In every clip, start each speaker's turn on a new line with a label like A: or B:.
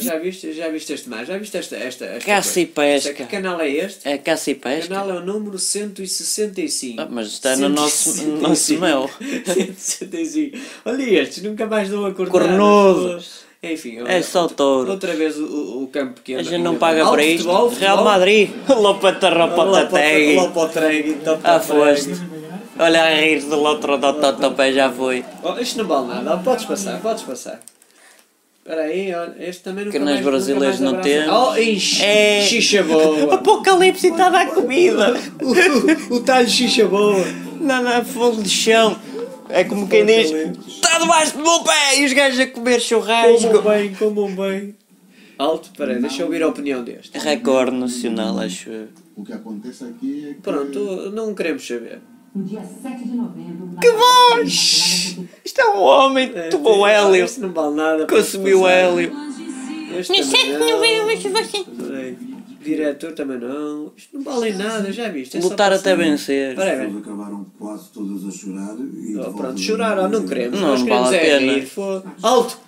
A: já viste, já viste este mais? Já viste esta? esta, esta
B: Caça
A: coisa?
B: e pesca.
A: Esta- que canal é este?
B: É caça e pesca.
A: canal é o número 165.
B: Ah, mas está no nosso- no nosso mel.
A: 165. Olha estes, nunca mais dão a cortar.
B: Cornudos.
A: Enfim,
B: É só touro.
A: Outra vez o- o, o campo pequeno.
B: A gente não paga
A: Ao
B: para isto.
A: futebol,
B: Real
A: futebol.
B: Madrid. Lopatarra
A: Lopotreg.
B: Potateg.
A: então
B: Ah, foste. Olha a rir do outro do Totopé já foi.
A: Oh, isto não vale nada. Podes passar, podes passar. Espera aí, olha, este também nunca
B: Que nós
A: mais-
B: brasileiros
A: nunca
B: não
A: mais abraça-
B: temos.
A: Oh, ixi,
B: É-
A: xixa boa.
B: Apocalipse está a dar comida.
A: o, talho xixa boa.
B: Não, não, é fogo de chão. É como quem diz: Está debaixo do meu pé! E os gajos a comer
A: Comam
B: churrasco.
A: bem, comam bem. Alto, peraí, deixa eu ouvir a opinião deste.
B: Recorde nacional, acho eu.
C: O que acontece aqui é que.
A: Pronto, não queremos saber.
D: No dia 7 de novembro.
B: Que voz! Isto é um homem que tomou hélio. é.
A: Este não vale nada.
B: Consumiu hélio.
A: Este
B: é
A: também não. assim. Peraí. Diretor também não. Isto não vale nada, já viste? É só
B: Lutar
A: para
B: até
A: cima.
B: vencer.
A: Peraí,
C: Eles
A: bem.
C: acabaram quase todas a chorar. E
A: Oh, é. pronto, chorar, ó, não queremos.
B: Não
A: Nós
B: vale
A: queremos
B: a
A: é
B: pena.
A: rir. fô- Alto!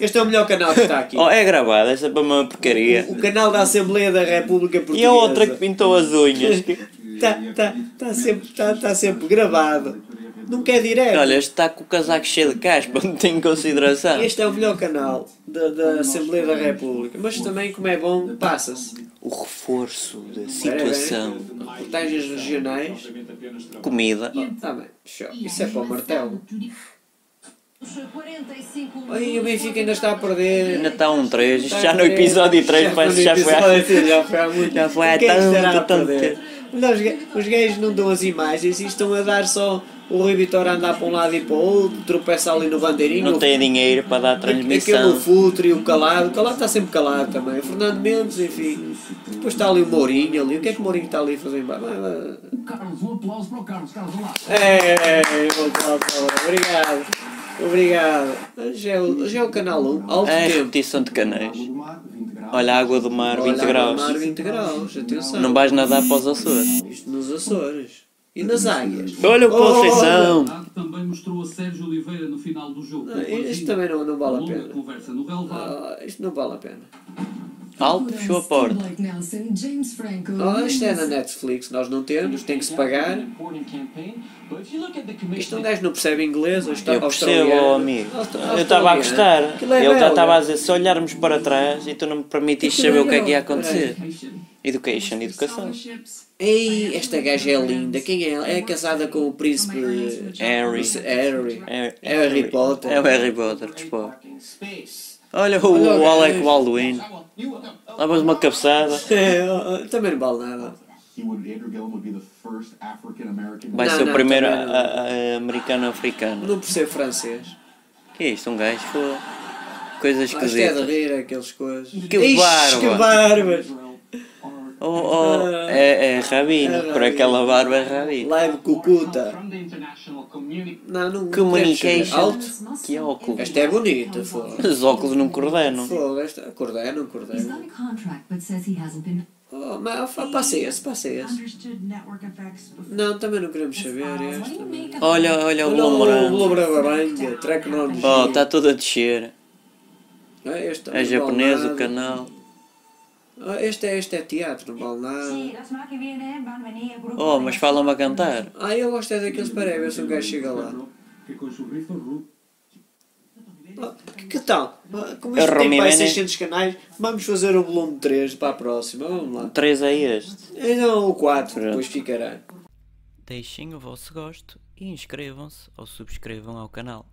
A: Este é o melhor canal que está aqui.
B: Oh, é gravado, essa é para uma porcaria.
A: O canal da Assembleia da República Portuguesa.
B: E a outra que pintou as unhas.
A: Está tá, tá sempre, tá, tá sempre gravado. Nunca é direto.
B: Olha, este está com o casaco cheio de caspa, não tenho consideração.
A: Este é o melhor canal da, da Assembleia da República. Mas também, como é bom, passa-se.
B: O reforço da
A: Espera aí.
B: situação.
A: Reportagens regionais. é,
B: Comida.
A: Está bem. show. Isso é para o martelo. Ai,
D: Ai,
A: o Benfica ainda está a perder.
B: Ainda está um 3, isto
A: Está
B: já
A: a
B: no
A: perder.
B: episódio 3
A: É, Já foi
B: parece que já
A: no
B: foi.
A: episódio
B: há-
A: três, Já foi há muito
B: Já foi há
A: Quem
B: tanto,
A: é estará a
B: tanto
A: perder?
B: tempo.
A: Mas os ga- Os gays não dão as imagens e estão a dar só o Rui Vitória a andar para um lado e para o outro, tropeça ali no bandeirinho.
B: Não tem dinheiro para
A: É
B: dar
A: Aquele o
B: transmissão.
A: Futre e o Calado, o Calado está sempre calado também. O Fernando Mendes, enfim. Depois está ali o Mourinho ali. O que é que o Mourinho está ali a fazer em baixo?
E: Carlos, um aplauso para o Carlos. Carlos, vamos lá.
A: É, bom tal, tal. Obrigado. Obrigado. Hoje é o, hoje é o canal 1, alto
B: É
A: tempo.
B: repetição de canais.
E: Do mar, 20 graus.
B: Olha a água do mar, 20
A: Olha,
B: graus.
A: mar, 20 graus, atenção.
B: Não vais nadar para os Açores.
A: Isto nos Açores. E nas águias.
B: Olha o
A: Conceição.
B: Conceição.
E: Ah, Também mostrou a Sérgio Oliveira no final do jogo.
A: Ah, Isto também não, não vale a
E: Longa
A: pena.
E: conversa no relvado.
A: Ah, isto não vale a pena.
B: Alto, fechou a porta.
D: Nelson, James Franco,
A: Ah, isto é na Netflix, nós não temos, tem Ah, que se pagar. Isto um gajo não percebe inglês, ou está
B: Eu percebo,
A: australiano.
B: oh, amigo.
A: Austra-
B: Eu estava a
A: australiano.
B: gostar.
A: Aquilo é
B: Ele
A: belga.
B: já estava a dizer: se olharmos para trás e tu não me permitiste
A: Aquilo é
B: saber o que é que ia
A: belga.
B: acontecer. Education, educação.
A: Ei, esta gaja é linda. Quem é ela? É casada com o príncipe
B: Harry.
A: Harry.
B: É,
A: É o Harry Potter.
B: É o Harry Potter, desculpa. Olha o, o Alec Baldwin. Levas uma cabeçada.
A: É, oh, oh, também não vale nada.
C: He would, Andrew Gillum would be the first African American.
B: Vai
A: Não,
B: ser
A: não,
B: o primeiro
A: também não.
B: a- a- americano-africano.
A: Não percebo francês.
B: Que é isto? Um gajo? Pô. Coisa
A: Ah, Isto é de
B: esquisita.
A: rir, aqueles coisas.
B: Que
A: Ixi,
B: barba.
A: Que barbas!
B: Oh, oh, é, é rabino.
A: É rabino.
B: Por aquela barba é rabino.
A: Live Cucuta. Não, não
B: Communication.
A: queremos saber. Alto.
B: Que óculos.
A: Esta é bonita, foda.
B: Os óculos não coordenam.
A: Fogo, esta. Acordei, não acordei.
D: He's got a contract, but says he hasn't been
A: Oh, mas ah, passei esse, passei esse.
F: Understood network effects before.
A: Não, também não queremos saber este. não.
B: Olha, olha É
A: Olha
B: o
A: o
B: boomerang.
A: Lobo da Baranga, track nome.
B: Oh, está tudo a descer.
A: Ah, este
B: É
A: não
B: japonês
A: vale
B: o
A: nada.
B: canal.
A: Ah, este, é, este é teatro, não vale nada.
B: Oh, mas falam-me a cantar.
A: Ah, eu gosto é daqueles para ver se o gajo chega lá.
E: Que com o sorriso ru-
A: Ah, que- que tal? Ah, Como
B: É
A: isto tem mais
B: Romimene.
A: 600 canais, vamos fazer o volume 3 para a próxima. Vamos lá.
B: 3 é este.
A: Eh, Não, o 4, depois ficará.
B: Deixem o vosso gosto e inscrevam-se ou subscrevam ao canal.